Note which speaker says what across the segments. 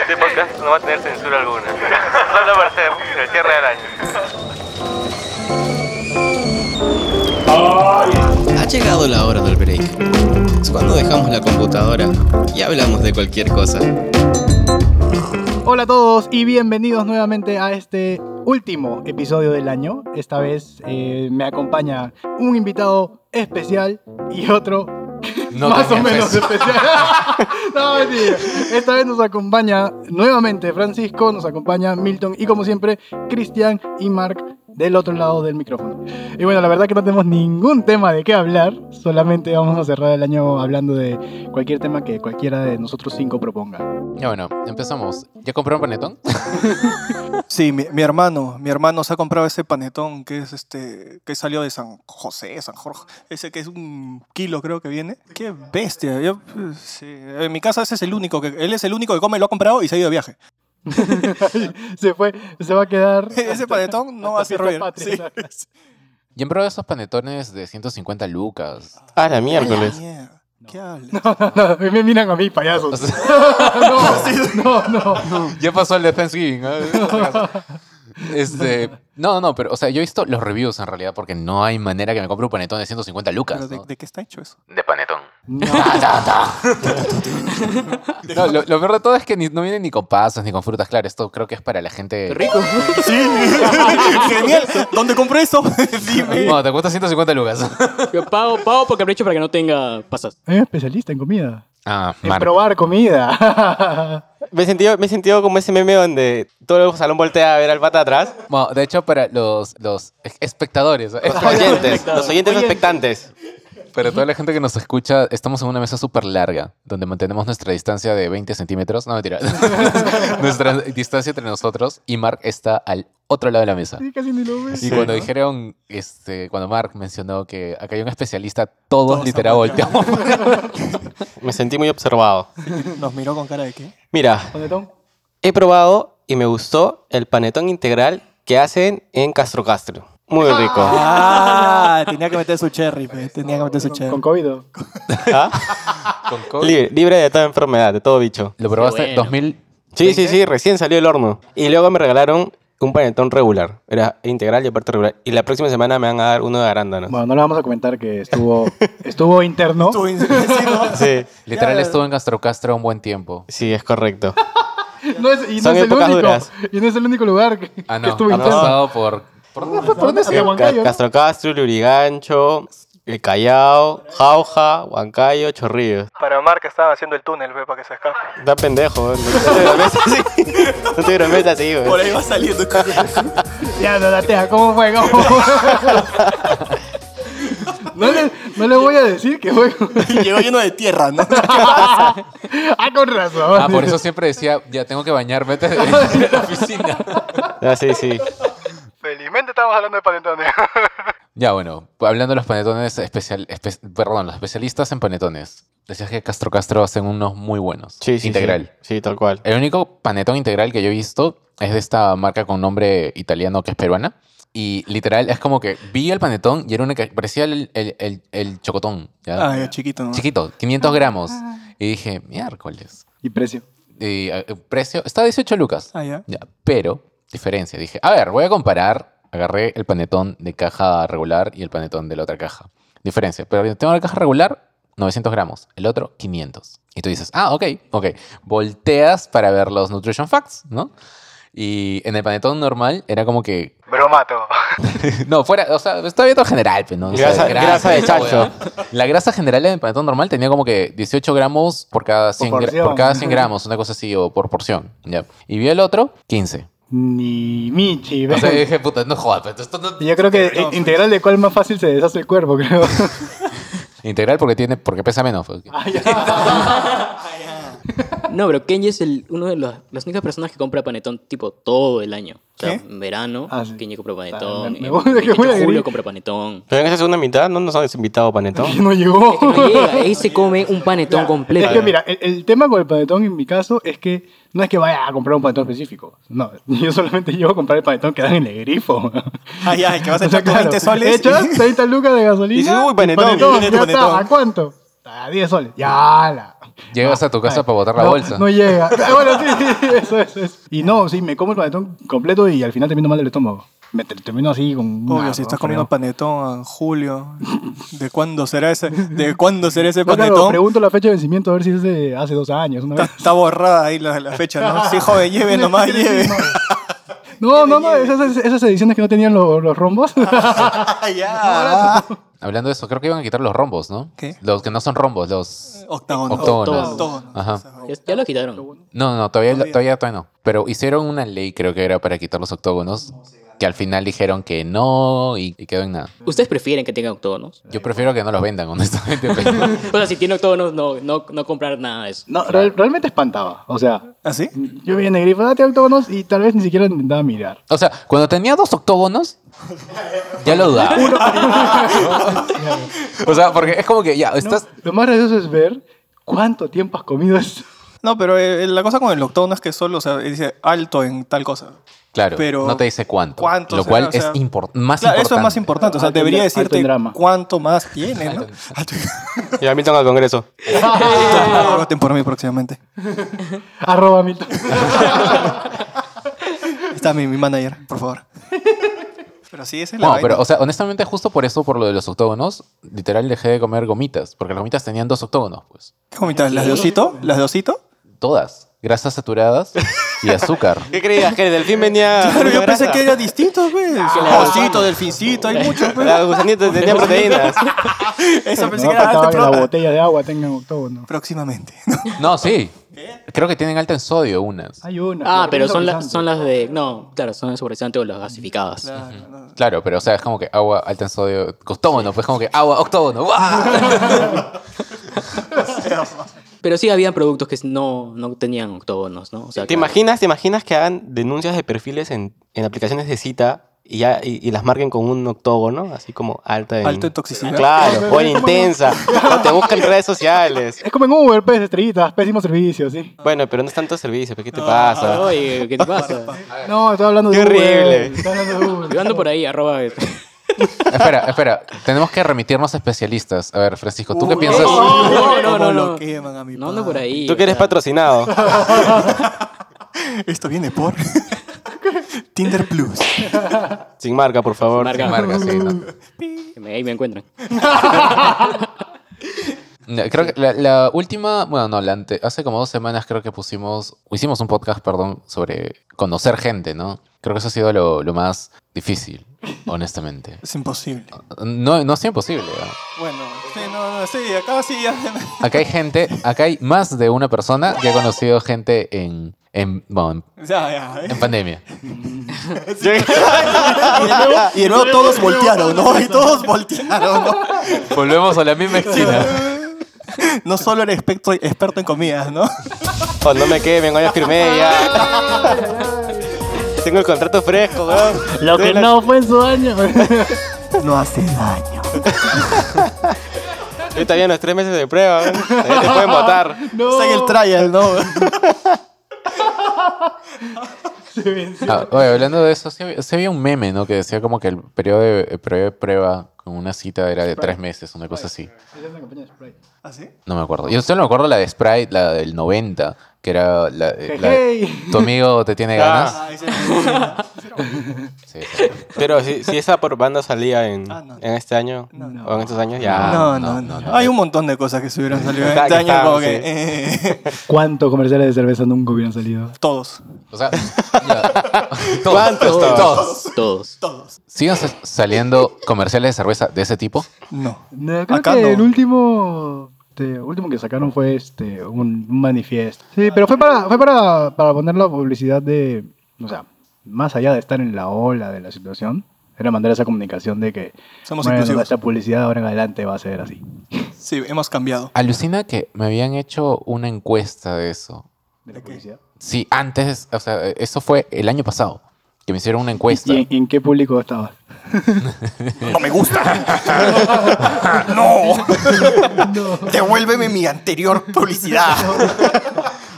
Speaker 1: Este podcast no va a tener censura alguna. Solo para hacer el cierre del año.
Speaker 2: Ha llegado la hora del break. Es cuando dejamos la computadora y hablamos de cualquier cosa.
Speaker 3: Hola a todos y bienvenidos nuevamente a este último episodio del año. Esta vez eh, me acompaña un invitado especial y otro
Speaker 4: No
Speaker 3: más o
Speaker 4: tan
Speaker 3: menos especial. no, mentira. Esta vez nos acompaña nuevamente Francisco, nos acompaña Milton y como siempre Cristian y Mark del otro lado del micrófono. Y bueno, la verdad que no tenemos ningún tema de qué hablar, solamente vamos a cerrar el año hablando de cualquier tema que cualquiera de nosotros cinco proponga.
Speaker 4: Ya bueno, empezamos. ¿Ya compraron panetón?
Speaker 5: Sí, mi, mi hermano, mi hermano se ha comprado ese panetón que es este, que salió de San José, San Jorge, ese que es un kilo creo que viene. Qué bestia. Yo, eh, sí, en mi casa ese es el único que, él es el único que come, lo ha comprado y se ha ido de viaje.
Speaker 3: se fue, se va a quedar.
Speaker 5: Ese panetón no
Speaker 3: hasta
Speaker 5: hace
Speaker 3: fiesta
Speaker 5: roer.
Speaker 3: patria,
Speaker 5: Sí.
Speaker 3: ¿no?
Speaker 4: Ya han probado esos panetones de 150 lucas.
Speaker 6: Ah, la
Speaker 5: ¡A la
Speaker 6: miércoles.
Speaker 5: mierda! ¿Qué hablas?
Speaker 3: No, me miran a mí,
Speaker 4: O
Speaker 3: payasos.
Speaker 4: sea,
Speaker 3: No, no, no.
Speaker 4: ya pasó el de Thanksgiving. ¿eh? Este, no, no, pero, o sea, yo he visto los reviews en realidad porque no hay manera que me compre un panetón de 150
Speaker 5: ¿Pero
Speaker 4: lucas.
Speaker 5: de,
Speaker 4: ¿no?
Speaker 5: de qué está hecho eso?
Speaker 1: De panetón.
Speaker 3: No.
Speaker 4: No, lo, lo peor de todo es que ni- no viene ni con pasas ni con frutas, claro. Esto creo que es para la gente.
Speaker 6: Rico.
Speaker 5: Sí, genial. ¿Dónde compré eso? Dime.
Speaker 4: No, te cuesta 150 lucas.
Speaker 6: Yo pago, pago por capricho para que no tenga pasas.
Speaker 3: Es Eh, especialista en comida.
Speaker 4: Ah,
Speaker 3: En
Speaker 4: Mar.
Speaker 3: probar comida.
Speaker 6: Me he sentido, me he sentido como ese meme donde todo el salón voltea a ver al pata atrás.
Speaker 4: Bueno, de hecho, para los, los espectadores,
Speaker 6: Los oyentes, los oyentes
Speaker 3: Oyentes.
Speaker 6: expectantes.
Speaker 4: Para toda la gente que nos escucha, estamos en una mesa súper larga, donde mantenemos nuestra distancia de 20 centímetros. No, mentira. nuestra distancia entre nosotros y Mark está al otro lado de la mesa.
Speaker 3: Sí, casi ni lo
Speaker 4: Y
Speaker 3: ves.
Speaker 4: cuando
Speaker 6: ¿no?
Speaker 4: dijeron, este, cuando Mark mencionó que acá hay un especialista, todos,
Speaker 5: Todos
Speaker 4: literal
Speaker 5: apuntan.
Speaker 4: volteamos.
Speaker 6: Me sentí muy observado.
Speaker 5: Nos miró con cara de qué.
Speaker 6: Mira,
Speaker 3: Panetón.
Speaker 6: he probado y me gustó el panetón integral que hacen en Castro Castro. Muy rico.
Speaker 5: Ah, tenía que meter su cherry, pe, tenía que meter su
Speaker 3: Con
Speaker 5: cherry.
Speaker 3: COVID.
Speaker 6: ¿Ah?
Speaker 4: Con COVID.
Speaker 6: Libre, libre de toda enfermedad, de todo bicho.
Speaker 4: Lo probaste en
Speaker 6: Qué bueno.
Speaker 4: 2000.
Speaker 6: Sí, sí, sí, recién salió el horno. Y luego me regalaron un panetón regular. Era integral y aparte regular. Y la próxima semana me van a dar uno de arándanos.
Speaker 3: Bueno, no le vamos a comentar que estuvo, estuvo interno.
Speaker 5: Tu vecino.
Speaker 6: Sí,
Speaker 4: Literal estuvo en Castro Castro un buen tiempo.
Speaker 6: sí, es correcto.
Speaker 3: No es, y, no
Speaker 6: Son
Speaker 3: es el
Speaker 6: épocas
Speaker 3: único,
Speaker 6: duras.
Speaker 3: y no es el único lugar que,
Speaker 4: Ah,
Speaker 3: que
Speaker 4: no.
Speaker 3: estuvo
Speaker 4: Ha
Speaker 3: interno.
Speaker 4: pasado por. ¿Por dónde fue?
Speaker 3: ¿Por dónde
Speaker 6: Sí,
Speaker 3: se
Speaker 6: Eh, Ca- Castro Castro, Lurigancho, El Callao, Jauja, Huancayo, Chorrillos.
Speaker 1: Para Omar que estaba haciendo el túnel, ve, para que se escape.
Speaker 6: Da pendejo, ¿eh? no te gromes así. No te gromes así, güey.
Speaker 5: Por ahí va saliendo.
Speaker 3: Ya, no, Datea, ¿cómo fue? ¿Cómo fue? No le, no le voy a decir que fue.
Speaker 5: Llegó lleno de tierra, ¿no?
Speaker 3: Ah, con razón.
Speaker 4: Ah, por eso siempre decía, ya tengo que bañarme antes de venir a la oficina.
Speaker 6: Ah, sí, sí.
Speaker 1: Felizmente estamos hablando de panetones.
Speaker 4: Ya, bueno, hablando de los panetones especial, espe- perdón, los especialistas en panetones. Decías que Castro Castro hacen unos muy buenos.
Speaker 6: Sí, sí.
Speaker 4: Integral.
Speaker 6: Sí, Sí, tal cual.
Speaker 4: El único panetón integral que yo he visto es de esta marca con nombre italiano que es peruana. Y literal, es como que vi el panetón y era una que parecía el, el- el- el chocotón. ¿ya?
Speaker 5: Ah, ya chiquito, ¿no?
Speaker 4: Chiquito, 500 gramos. Y dije, miércoles.
Speaker 3: Y precio.
Speaker 4: Y eh, el precio, está a 18 lucas.
Speaker 5: Ah, ya.
Speaker 4: Ya, pero, diferencia. Dije, a ver, voy a comparar. Agarré el panetón de caja regular y el panetón de la otra caja. Diferencia. Pero yo tengo la caja regular, 900 gramos. El otro, 500. Y tú dices, ah, ok, ok. Volteas para ver los nutrition facts, ¿no? Y en el panetón normal era como que...
Speaker 1: Bromato.
Speaker 4: No, fuera... O sea, estaba viendo general, pues, ¿no? O sea,
Speaker 6: Grasa- grasa de
Speaker 4: esa
Speaker 6: chancho.
Speaker 4: hueá. La grasa general en el panetón normal tenía como que 18 gramos por cada 100, gra- por
Speaker 3: porción.
Speaker 4: cada 100 gramos, una cosa así, o por porción. Ya. Y vi el otro, 15.
Speaker 3: Ni Michi.
Speaker 4: O sea,
Speaker 3: ¿ves?
Speaker 4: dije, puta, no jodas, pero esto no...
Speaker 3: Yo creo que i- integral de cuál más fácil se deshace el cuerpo, creo.
Speaker 4: Integral porque tiene, porque pesa menos. pues.
Speaker 7: No, pero Kenji es el, uno de los, las únicas personas que compra panetón tipo todo el año. O sea,
Speaker 5: ¿Qué?
Speaker 7: en verano,
Speaker 3: Ah, sí.
Speaker 7: Kenji compra
Speaker 3: Ah,
Speaker 7: panetón.
Speaker 3: me- me
Speaker 7: en
Speaker 3: voy a-
Speaker 7: 28
Speaker 3: voy a
Speaker 7: de
Speaker 3: agredir.
Speaker 7: julio compra panetón.
Speaker 6: Pero en esa segunda mitad no nos han invitado,
Speaker 3: Y
Speaker 6: Panetón.
Speaker 3: no llegó.
Speaker 7: Es que no llega, ahí se come un panetón completo.
Speaker 3: Es que mira, el, el tema con el panetón en mi caso es que no es que vaya a comprar un panetón específico. No, yo solamente llevo a comprar el panetón que dan en el grifo.
Speaker 5: Ah, ya, que vas a echar tus
Speaker 3: claro,
Speaker 5: 20 soles.
Speaker 3: Echas 30 lucas de gasolina.
Speaker 6: Dices, uy, panetón,
Speaker 3: panetón,
Speaker 5: viene tu
Speaker 3: ya está,
Speaker 5: panetón.
Speaker 3: ¿A cuánto? Ah, 10 soles. Ya la.
Speaker 4: Llegas a tu casa
Speaker 3: Ay,
Speaker 4: para botar la
Speaker 3: no,
Speaker 4: bolsa.
Speaker 3: No llega. Ah, bueno, sí, sí, eso, eso, eso. Y no, sí, me como el panetón completo y al final termino mal del estómago. Me ter- termino así con. un
Speaker 5: Obvio,
Speaker 3: asco,
Speaker 5: si estás
Speaker 3: Ah, creo.
Speaker 5: comiendo panetón en julio, ¿de cuándo será ese, de cuándo será ese
Speaker 3: No, claro,
Speaker 5: panetón?
Speaker 3: pregunto la fecha de vencimiento a ver si es de hace dos años. Una
Speaker 5: Está,
Speaker 3: vez.
Speaker 5: está borrada ahí la, la fecha, ¿no? Sí, joven, lleve nomás, lleve.
Speaker 3: No, no, no, esas, esas ediciones que no tenían los, los rombos.
Speaker 5: Ah, ya.
Speaker 4: Hablando de eso, creo que iban a quitar los rombos, ¿no?
Speaker 5: ¿Qué?
Speaker 4: Los que no son rombos, los...
Speaker 5: Octágono.
Speaker 4: Octógono.
Speaker 5: Octógono.
Speaker 4: Ajá.
Speaker 7: Ya, ya lo quitaron.
Speaker 4: No, no, todavía,
Speaker 5: Todavía.
Speaker 4: todavía. todavía no. Pero hicieron una ley, creo que era para quitar los octógonos, que al final dijeron que no y, y quedó en nada.
Speaker 7: ¿Ustedes prefieren que tengan octógonos?
Speaker 4: Yo prefiero que no los vendan, honestamente. pero-
Speaker 7: O sea, si tiene octógonos, no, no, no comprar nada de eso.
Speaker 3: No, real- realmente espantaba. O sea,
Speaker 5: ¿Ah, sí?
Speaker 3: yo vi en negrifo, date autógonos y tal vez ni siquiera intentaba mirar.
Speaker 4: O sea, cuando tenía dos octógonos, ya lo dudaba. o sea, porque es como que ya,
Speaker 3: No,
Speaker 4: estás...
Speaker 3: Lo más gracioso es ver cuánto tiempo has comido esto.
Speaker 5: No, pero eh, la cosa con el octógono es que solo, o sea, dice alto en tal cosa.
Speaker 4: Claro,
Speaker 5: pero-
Speaker 4: no te dice cuánto.
Speaker 5: ¿Cuánto
Speaker 4: lo
Speaker 5: será?
Speaker 4: cual
Speaker 5: O sea,
Speaker 4: es impor- más
Speaker 5: Claro,
Speaker 4: importante.
Speaker 5: eso es más importante. O sea,
Speaker 3: Alto en
Speaker 5: debería
Speaker 3: dra- alto en
Speaker 5: decirte
Speaker 3: drama.
Speaker 5: cuánto más tiene, ¿no?
Speaker 6: Y a Milton al Congreso.
Speaker 5: Voten por mí próximamente.
Speaker 3: Arroba Milton.
Speaker 5: Está mi, mi manager, por favor. Pero sí, esa es la
Speaker 4: No,
Speaker 5: vaina.
Speaker 4: pero, o sea, honestamente, justo por eso, por lo de los octógonos, literal dejé de comer gomitas, porque las gomitas tenían dos octógonos, pues.
Speaker 5: ¿Qué vomitas? ¿Las de osito? ¿Las de osito?
Speaker 4: Todas. Grasas saturadas y azúcar.
Speaker 6: ¿Qué creías? ¿Que el delfín venía?
Speaker 5: Claro, yo
Speaker 6: grasa?
Speaker 5: pensé que era distinto, pues. Osito, delfincito, hay muchos, pues.
Speaker 6: Las gusanitas tenían proteínas.
Speaker 5: Eso pensé
Speaker 3: No
Speaker 5: que era alto
Speaker 3: faltaba
Speaker 5: en
Speaker 3: que la
Speaker 5: pro-
Speaker 3: botella de agua tenga octógono.
Speaker 5: Próximamente.
Speaker 4: No, sí. Creo que tienen alta en sodio unas.
Speaker 3: Hay una.
Speaker 7: Ah,
Speaker 3: la
Speaker 7: pero
Speaker 3: risa
Speaker 7: son, las
Speaker 3: pesante.
Speaker 7: son las de. No, claro, son las saborizantes o las gasificadas.
Speaker 4: Claro, pero o sea, es como que agua alta en sodio. Octógono, pues como que agua, octógono. ¡guau!
Speaker 7: Pero sí habían productos que no, no tenían octógonos, ¿no? O sea,
Speaker 6: ¿Te imaginas, ¿Te imaginas que hagan denuncias de perfiles en, en aplicaciones de cita y, ya, y, y las marquen con un octógono? Así como alta en...
Speaker 5: Alto en toxicidad.
Speaker 6: Claro, o en intensa. o te buscan en redes sociales.
Speaker 3: Es como en Uber, pues, estrellitas, pésimo servicio, sí.
Speaker 6: Bueno, pero no es tanto servicio, ¿qué te pasa?
Speaker 7: Oye, ¿qué te pasa?
Speaker 3: No, estoy hablando de
Speaker 6: Qué
Speaker 3: Uber.
Speaker 6: horrible.
Speaker 3: Estoy hablando de Uber.
Speaker 7: Yo ando por ahí, arroba. este.
Speaker 4: espera, espera. Tenemos que remitirnos a especialistas. A ver, Francisco, ¿tú
Speaker 5: Uy,
Speaker 4: qué
Speaker 5: Oh.
Speaker 4: piensas?
Speaker 7: no, no, no,
Speaker 5: cómo
Speaker 7: no,
Speaker 5: lo
Speaker 7: no.
Speaker 5: queman a mi
Speaker 7: No ando por
Speaker 5: padre.
Speaker 7: ahí.
Speaker 6: Tú que eres
Speaker 7: o sea,
Speaker 6: patrocinado.
Speaker 5: Esto viene por Tinder Plus.
Speaker 6: Sin marca, por favor.
Speaker 7: Marca.
Speaker 4: Marca, sí, ¿no?
Speaker 7: que me- Ahí me encuentran.
Speaker 4: No, Creo que la, la última, bueno, no, la ante- hace como dos semanas creo que pusimos, o hicimos un podcast, perdón, sobre conocer gente, ¿no? Creo que eso ha sido lo, lo más difícil, honestamente.
Speaker 5: Es imposible.
Speaker 4: No, no es imposible. ¿no?
Speaker 5: Bueno, sí, no, no, sí, acá sí ya.
Speaker 4: Acá hay gente, acá hay más de una persona que ha conocido gente en, en, bueno,
Speaker 5: Ya, ya.
Speaker 4: en- en pandemia.
Speaker 5: Y de nuevo todos voltearon, ¿no? Y todos voltearon, ¿no?
Speaker 4: Volvemos a la misma esquina.
Speaker 5: No solo era experto, experto en comidas, ¿no?
Speaker 6: Oh, no me quemen, hoy ya firmé ya. Tengo el contrato fresco, weón.
Speaker 3: Lo que no fue en su año.
Speaker 5: No hace daño.
Speaker 6: Yo todavía en los tres meses de prueba, weón. Todavía te pueden votar.
Speaker 5: Está en el trial, ¿no?
Speaker 4: Ah, oye, hablando de eso, se había, sí había un meme, ¿no? Que decía como que el periodo de, el periodo de prueba con una cita era de tres meses, una cosa así.
Speaker 5: ¿Así?
Speaker 4: No me acuerdo. Yo solo me acuerdo la de Sprite, la del 90, que era la, eh, la-
Speaker 3: Jejey.
Speaker 4: Tu amigo te tiene ganas.
Speaker 5: Ah, ese era-
Speaker 4: Sí, sí.
Speaker 6: Pero si, si esa propaganda salía en,
Speaker 5: Ah, no.
Speaker 6: en este año o en estos años, ya.
Speaker 5: no, no,
Speaker 4: no,
Speaker 5: no,
Speaker 4: no,
Speaker 5: Hay un montón de cosas que se hubieran salido
Speaker 6: Está-
Speaker 5: este año,
Speaker 6: está,
Speaker 5: como
Speaker 6: sí.
Speaker 5: que. eh,
Speaker 3: ¿Cuántos comerciales de cerveza nunca hubieran salido?
Speaker 5: todos.
Speaker 4: O sea, ya. Todos,
Speaker 6: ¿Cuántos
Speaker 4: todos.
Speaker 6: todos?
Speaker 7: Todos.
Speaker 4: ¿Siguen sa- saliendo comerciales de cerveza de ese tipo?
Speaker 5: No.
Speaker 3: No, creo
Speaker 5: Acá
Speaker 3: que
Speaker 5: no.
Speaker 3: el último este, último que sacaron fue este un, un manifiesto. Sí, pero fue para fue para, para poner la publicidad de, o sea, más allá de estar en la ola de la situación, era mandar esa comunicación de que
Speaker 5: Somos
Speaker 3: bueno,
Speaker 5: inclusivos.
Speaker 3: nuestra publicidad de ahora en adelante va a ser así.
Speaker 5: Sí, hemos cambiado.
Speaker 4: Alucina que me habían hecho una encuesta de eso.
Speaker 3: De la publicidad.
Speaker 4: Sí, antes, o sea, eso fue el año pasado, que me hicieron una encuesta.
Speaker 3: ¿Y en, y en qué público estaba?
Speaker 5: No me gusta. no. Devuélveme mi anterior publicidad.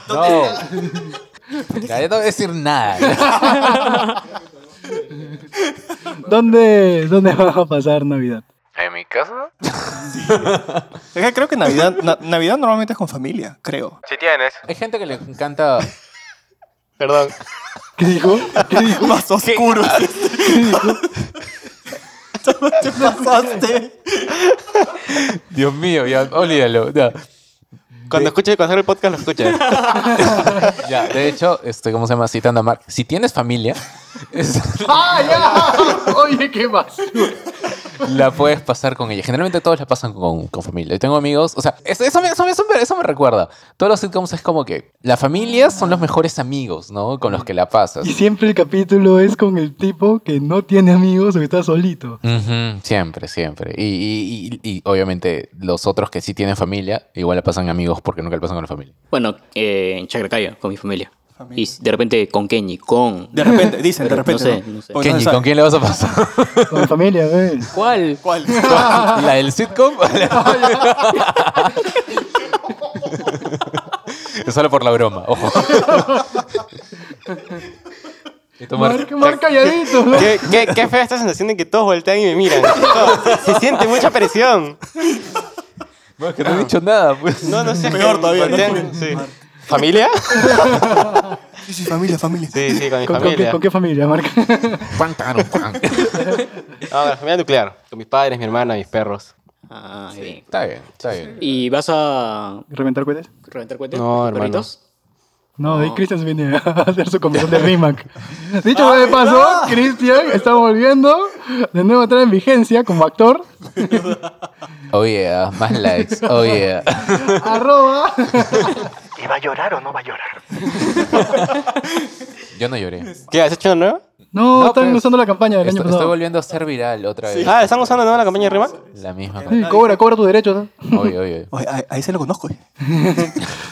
Speaker 4: No. Ya, yo no voy a decir nada.
Speaker 3: ¿Dónde dónde va a pasar Navidad?
Speaker 1: ¿En mi casa?
Speaker 5: Es que creo que Navidad, na- Navidad normalmente es con familia, creo.
Speaker 1: Si tienes.
Speaker 4: Hay gente que le encanta.
Speaker 6: Perdón.
Speaker 3: ¿Qué dijo? ¿Qué dijo?
Speaker 5: Más oscuro. Te pasaste.
Speaker 4: Dios mío, ya, olvídalo. Ya,
Speaker 6: Cuando escuches, cuando salga el podcast, lo escuchas.
Speaker 4: ya, de hecho, este, ¿cómo se llama? Citando a Mark. Si tienes familia, es-
Speaker 3: ¡Ah, ya! Oye, qué basura.
Speaker 4: la puedes pasar con ella. Generalmente todos la pasan con, con familia. Yo tengo amigos, o sea, es- eso, me, eso, me, eso me- eso me recuerda. Todos los sitcoms es como que las familias son los mejores amigos, ¿no? Con los que la pasas.
Speaker 3: Y siempre el capítulo es con el tipo que no tiene amigos o que está solito.
Speaker 4: Ujú, siempre, siempre. Y, y- y- y obviamente los otros que sí tienen familia, igual la pasan amigos porque nunca la pasan con la familia.
Speaker 7: Bueno, eh, en Chacracayo, con mi familia. Y de repente con Kenji, con...
Speaker 5: De repente, dicen, de
Speaker 7: Pero
Speaker 5: repente.
Speaker 7: no sé, no sé.
Speaker 5: Porque
Speaker 4: Kenji,
Speaker 5: se
Speaker 4: ¿con
Speaker 5: sabe.
Speaker 4: quién le vas a pasar?
Speaker 3: Con mi familia, ¿ves?
Speaker 7: ¿Cuál?
Speaker 5: ¿Cuál?
Speaker 4: ¿La del sitcom? Solo por la broma, ojo. Y tomar-
Speaker 3: Marca, marca calladito. ¿no?
Speaker 6: ¿Qué, qué, qué fea esta sensación de que todos voltean y me miran. Todos. Se siente mucha presión.
Speaker 4: Bueno, es que no he dicho nada, pues.
Speaker 6: No, no sé.
Speaker 5: Peor todavía, ¿no?
Speaker 6: ¿Familia?
Speaker 5: Sí, sí, familia, familia.
Speaker 6: Sí, sí, con mi
Speaker 3: ¿Con, con qué,
Speaker 6: familia.
Speaker 3: con qué familia, Marca?
Speaker 4: Pan, tan, pan.
Speaker 6: No, con la familia nuclear. Con mis padres, mi hermana, mis perros.
Speaker 7: Ah, bien.
Speaker 4: Está bien, está bien.
Speaker 7: ¿Y vas a
Speaker 3: ¿Reventar cohetes?
Speaker 7: reventar cohetes?
Speaker 6: No,
Speaker 7: con
Speaker 6: hermano.
Speaker 7: perritos?
Speaker 3: No, ahí Cristian se viene a hacer su comisión de RIMAC. Dicho sea de paso, Cristian está volviendo de nuevo a entrar en vigencia como actor.
Speaker 4: Oh yeah, más likes. Oh yeah.
Speaker 3: Arroba.
Speaker 1: ¿Y va a llorar o no va a llorar?
Speaker 4: Yo no lloré.
Speaker 6: ¿Qué? ¿Has hecho una nueva?
Speaker 3: No,
Speaker 4: No,
Speaker 3: están
Speaker 4: pues,
Speaker 3: usando la campaña del año
Speaker 4: Estoy, estoy
Speaker 3: pasado.
Speaker 4: volviendo a ser viral otra vez.
Speaker 6: Ah, ¿están usando nueva la campaña de Rimac?
Speaker 4: La misma.
Speaker 3: Sí, cobra, cobra tu derecho. ¿no?
Speaker 4: Oye, oye.
Speaker 5: Oye, ahí, ahí se lo conozco. eh.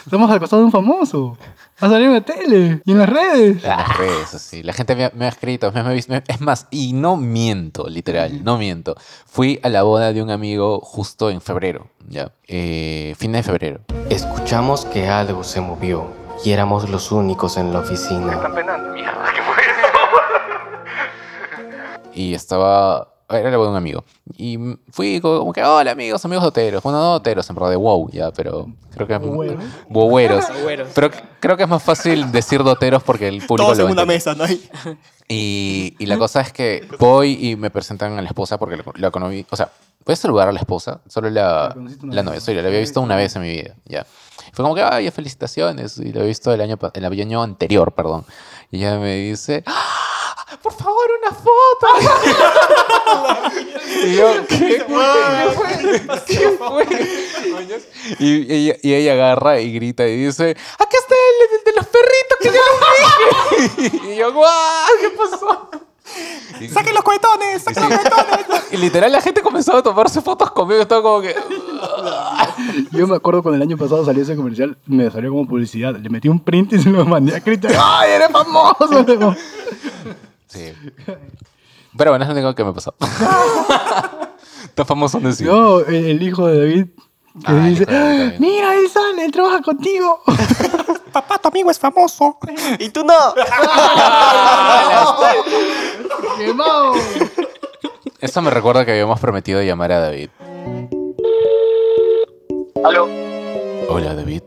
Speaker 3: Estamos al costado de un famoso. Ha salido en la tele y en las redes.
Speaker 4: En las redes, así. La gente me ha, me ha escrito, me, me ha visto. me- es más, y no miento, literal, no miento. Fui a la boda de un amigo justo en febrero, ya. Eh, fin de febrero.
Speaker 6: Escuchamos que algo se movió y éramos los únicos en la oficina.
Speaker 1: penando. Mierda, ¿qué fue eso?
Speaker 4: Y estaba. Era la boda de un amigo. Y fui co- como que, hola amigos, amigos doteros. Bueno, no doteros, en verdad, de wow, ya, pero creo que. Woweros. Pero creo que es más fácil decir doteros porque el público
Speaker 5: Todos
Speaker 4: lo
Speaker 5: en una
Speaker 4: entiende.
Speaker 5: mesa, ¿no? Ahí.
Speaker 4: Y, y la cosa es que voy y me presentan a la esposa porque la, la conocí. O sea, ¿puedes saludar a la esposa? Solo la,
Speaker 3: La Ah, conociste una
Speaker 4: la
Speaker 3: vez.
Speaker 4: novia. Soy, la había visto una vez en mi vida. Ya. Fue como que, ay, felicitaciones. Y la había visto el año, pa- el año anterior, perdón. Y ella me dice, "Ah, por favor, una foto. y yo, ¿qué?
Speaker 6: Ah.
Speaker 4: ¿Qué fue? ¿Qué fue? Y ella, y ella agarra y grita y dice, acá está el, el de los perritos que ya los dije. y yo, guau, ¿qué pasó? Y-
Speaker 5: ¡Saquen los cohetones!
Speaker 4: y sí.
Speaker 5: ¡Saquen los cohetones!
Speaker 4: Y literal la gente comenzaba a tomarse fotos conmigo. Estaba como que.
Speaker 3: Yo me acuerdo cuando el año pasado salió ese comercial, me salió como publicidad. Le metí un print y se lo mandé a Cristian. ¡Ay, eres famoso!
Speaker 4: Sí. Pero bueno, es lo único que me pasó. Está famoso en decir.
Speaker 3: No, el, el hijo de David que
Speaker 4: Ah, el
Speaker 3: dice,
Speaker 4: hijo de David, está bien.
Speaker 3: mira, él sale, él trabaja contigo.
Speaker 5: Papá, tu amigo es famoso.
Speaker 6: ¡Y tú no!
Speaker 3: Quemado.
Speaker 4: Eso me recuerda que habíamos prometido llamar a David.
Speaker 1: ¿Aló?
Speaker 4: Hola, David.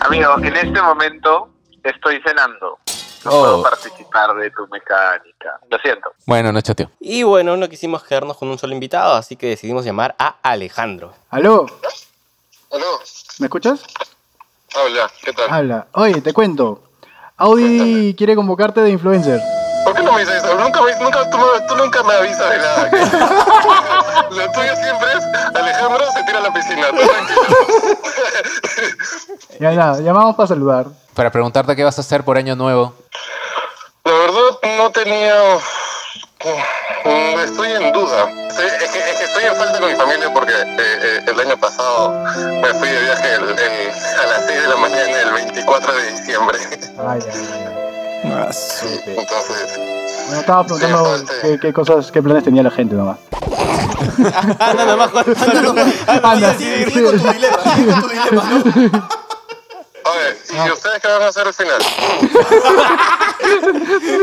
Speaker 1: Amigo, en este momento estoy cenando. No
Speaker 4: Oh.
Speaker 1: puedo participar de tu mecánica. Lo siento.
Speaker 4: Bueno, no chateo.
Speaker 6: Y bueno, no quisimos quedarnos con un solo invitado, así que decidimos llamar a Alejandro.
Speaker 3: Aló,
Speaker 8: Aló,
Speaker 3: ¿me escuchas?
Speaker 8: hola, ¿qué tal?
Speaker 3: Habla. Oye, te cuento. Audi quiere convocarte de influencer.
Speaker 8: ¿Por qué no me dices eso? Nunca, me- nunca, tú, me- tú nunca me avisas de nada. Lo tuyo siempre es Alejandro se tira a la piscina. tú tranquilo.
Speaker 3: Ya nada, llamamos para saludar.
Speaker 4: Para preguntarte qué vas a hacer por año nuevo.
Speaker 8: La verdad, no tenía. Mm, Estoy en duda. Sí, es, que, es que estoy en falta con mi familia porque eh, eh, el año pasado me fui de viaje el- el- a las 6 de la mañana, el 24 de diciembre.
Speaker 3: Ay, ay, ay.
Speaker 5: Ah, su-
Speaker 8: Entonces.
Speaker 3: Bueno, estaba preguntando
Speaker 8: Sí, falta.
Speaker 3: qué, qué cosas, qué planes tenía la gente nomás.
Speaker 6: Ah, nada más.
Speaker 3: Anda,
Speaker 5: Sigue con tu dilema, sigue con tu dilema, ¿no?
Speaker 8: Oye, y ¿Y ustedes qué van a hacer al final?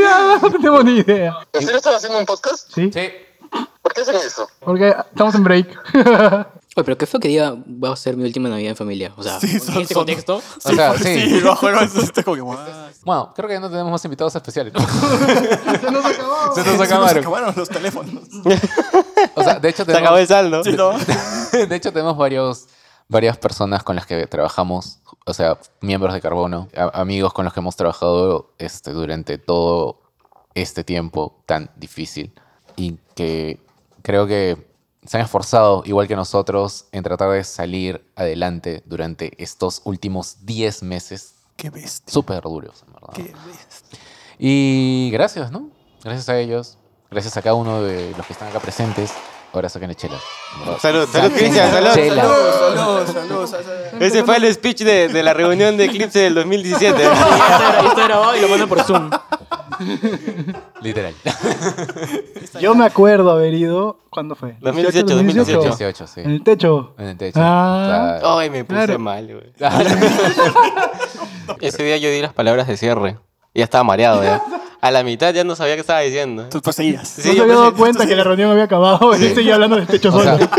Speaker 3: Ya, no tenemos ni idea.
Speaker 8: ¿En serio están haciendo un podcast?
Speaker 3: ¿Sí?
Speaker 4: Sí.
Speaker 8: ¿Por qué hacen eso?
Speaker 3: Porque estamos en break.
Speaker 7: Oye, pero qué fue que diga, va a ser mi última Navidad en familia. O sea,
Speaker 5: Sí,
Speaker 7: en
Speaker 5: son-
Speaker 7: este
Speaker 5: son-
Speaker 7: contexto.
Speaker 4: O sea,
Speaker 5: pues,
Speaker 4: sí.
Speaker 5: sí, bajo el brazo, este como que, "Guau".
Speaker 4: Bueno, creo que no tenemos más invitados especiales.
Speaker 3: Se nos acabó.
Speaker 4: Se
Speaker 5: Se
Speaker 4: nos
Speaker 5: nos
Speaker 4: acabaron.
Speaker 5: acabaron los teléfonos.
Speaker 4: O sea, de hecho
Speaker 6: Se acabó el saldo.
Speaker 4: tenemos,
Speaker 5: Sí, ¿no?
Speaker 4: de hecho, tenemos varios, varias personas con las que trabajamos. O sea, miembros de Carbono, a- amigos con los que hemos trabajado este, durante todo este tiempo tan difícil. Y que creo que se han esforzado, igual que nosotros, en tratar de salir adelante durante estos últimos 10 meses
Speaker 5: Qué bestia.
Speaker 4: súper duros, en verdad.
Speaker 5: Qué bestia.
Speaker 4: Y gracias, ¿no? Gracias a ellos. Gracias a cada uno de los que están acá presentes. Ahora saquen el chela. en verdad.
Speaker 6: Salud,
Speaker 4: Saquen
Speaker 6: salud, Cristian,
Speaker 4: la
Speaker 6: salud.
Speaker 4: chela.
Speaker 5: Saludos, saludos, saludos.
Speaker 6: Ese fue el speech de, de la reunión de Eclipse del 2017.
Speaker 7: Esto grabado y lo mandan por Zoom.
Speaker 4: Literal.
Speaker 3: Yo me acuerdo haber ido. ¿Cuándo fue?
Speaker 6: 2018,
Speaker 3: 2018.
Speaker 4: 18, sí.
Speaker 3: En el techo.
Speaker 4: En el techo.
Speaker 3: Mm. Ah.
Speaker 4: Claro.
Speaker 6: Ay, me puse
Speaker 3: Claro.
Speaker 6: mal, güey.
Speaker 4: Claro.
Speaker 6: Ese día yo di las palabras de cierre. Y Ya estaba mareado, ya. A la mitad ya no sabía qué estaba diciendo.
Speaker 5: Tus perseguidas.
Speaker 3: no
Speaker 6: Sí,
Speaker 3: se
Speaker 6: yo
Speaker 3: había dado
Speaker 6: pensé-
Speaker 3: cuenta que la reunión había acabado y
Speaker 4: Sí.
Speaker 3: yo seguía hablando del techo
Speaker 4: O
Speaker 3: solo.
Speaker 4: sea,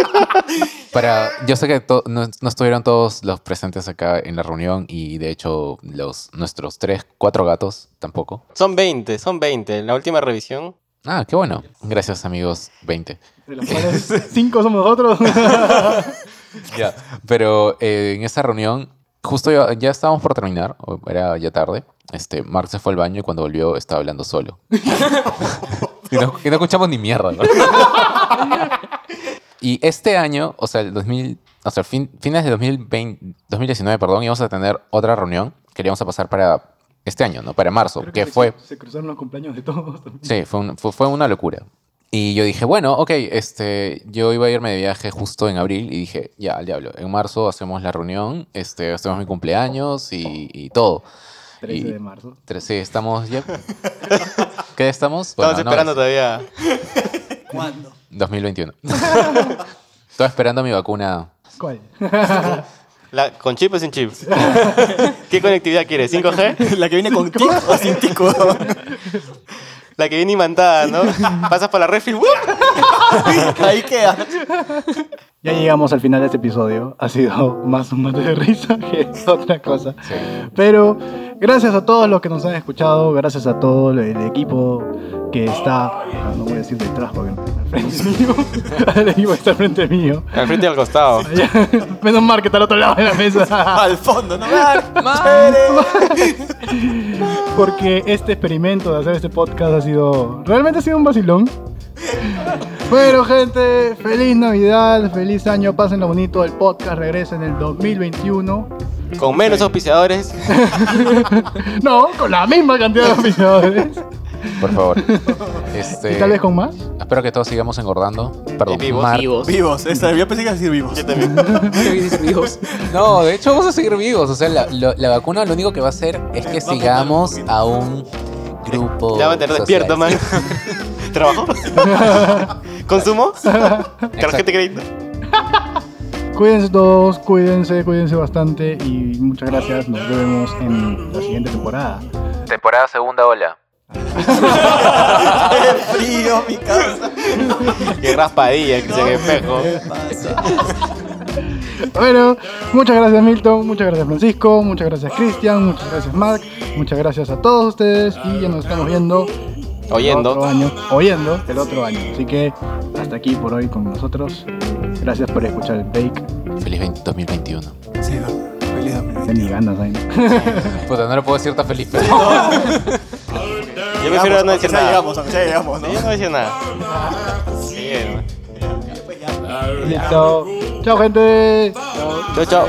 Speaker 4: para, yo sé que to- no, no estuvieron todos los presentes acá en la reunión y de hecho los, nuestros tres, cuatro gatos tampoco.
Speaker 6: Son 20, son 20. En la última revisión.
Speaker 4: Ah, qué bueno. Gracias amigos 20.
Speaker 3: de las cuales cinco somos nosotros.
Speaker 4: Ya, pero eh, en esa reunión, justo ya, ya estábamos por terminar, o era ya tarde. Este, Mark se fue al baño y cuando volvió estaba hablando solo. y, no, y no escuchamos ni mierda. ¿no? y este año, o sea, el 2000, o sea, fin- fines de 2020, 2019, perdón, íbamos a tener otra reunión que íbamos a pasar para este año, ¿no? Para marzo,
Speaker 3: Creo
Speaker 4: que
Speaker 3: se-
Speaker 4: fue
Speaker 3: Se cruzaron los cumpleaños de todos.
Speaker 4: Sí, fue, un- fue, fue una locura. Y yo dije, bueno, ok, este, yo iba a irme de viaje justo en abril y dije, ya, al diablo, en marzo hacemos la reunión, este, hacemos mi cumpleaños y, y todo.
Speaker 3: 13
Speaker 4: Y-
Speaker 3: de marzo.
Speaker 4: Tres- Sí, estamos ya. ¿Qué estamos?
Speaker 6: Estamos
Speaker 4: Bueno, no,
Speaker 6: esperando
Speaker 4: es
Speaker 6: todavía.
Speaker 4: 2021. Estaba esperando mi vacuna.
Speaker 3: ¿Cuál?
Speaker 6: La- ¿Con chip o sin chip? ¿Qué conectividad quieres? ¿5G?
Speaker 5: La que viene con tico o sin tico.
Speaker 6: La que viene imantada, ¿no? Pasas por la refri. ¡wup!
Speaker 5: Ahí queda.
Speaker 3: Ya llegamos al final de este episodio. Ha sido más un mate de risa que otra cosa.
Speaker 4: Sí.
Speaker 3: Pero gracias a todos los que nos han escuchado, gracias a todo el- el equipo que está. ah, No voy a decir detrás porque no está al frente mío. El equipo que está al frente mío.
Speaker 6: Al frente y al costado.
Speaker 3: Allá. Menos mal que está al otro lado de la mesa.
Speaker 5: Al fondo, ¿no?
Speaker 3: Porque este experimento de hacer este podcast ha sido. Realmente ha sido un vacilón. Bueno, gente, feliz Navidad, feliz año, pásenlo bonito. El podcast regresa en el 2021.
Speaker 6: Con menos auspiciadores.
Speaker 3: No, con la misma cantidad de aficionados.
Speaker 4: Por favor. Este,
Speaker 3: Y tal vez con más.
Speaker 4: Espero que todos sigamos engordando. Perdón,
Speaker 6: vivos,
Speaker 5: Ah,
Speaker 4: Mark-
Speaker 7: Vivos.
Speaker 5: Vivos, esa, yo pensé que iba a decir vivos.
Speaker 7: Vivos.
Speaker 4: No, de hecho vamos a seguir vivos. O sea, la, lo- la vacuna lo único que va a hacer es que
Speaker 5: Va a
Speaker 4: sigamos
Speaker 5: matar
Speaker 4: a un grupo.
Speaker 6: Ya va a tener despierto,
Speaker 4: social.
Speaker 6: man. ¿Trabajo? ¿Consumo? ¿Tarjeta
Speaker 4: Exacto.
Speaker 6: de crédito?
Speaker 3: Cuídense todos, cuídense, cuídense bastante. Y muchas gracias. Nos vemos en la siguiente temporada.
Speaker 4: Temporada segunda ola.
Speaker 5: Qué frío, mi casa.
Speaker 6: Qué raspadilla, Cristian Espejo.
Speaker 3: Bueno, muchas gracias Milton, muchas gracias Francisco, muchas gracias Cristian, muchas gracias Mark, muchas gracias a todos ustedes. Y ya nos estamos viendo. el
Speaker 6: Oyendo.
Speaker 3: otro año, oyendo el otro año. Así que hasta aquí por hoy con nosotros. Gracias por escuchar el break.
Speaker 4: Feliz 20 2021.
Speaker 5: Sí, feliz
Speaker 3: Ten ni
Speaker 5: 2021.
Speaker 3: ganas, ¿saben?
Speaker 4: Puta, no lo puedo decir tan feliz, pero.
Speaker 6: Yo prefiero no decir
Speaker 5: Aunque sea
Speaker 6: nada.
Speaker 5: llegamos, aunque sea llegamos, ¿no?
Speaker 6: Yo no decía nada. Sí, hermano.
Speaker 3: Listo. Chao, gente.
Speaker 6: Chao, chao.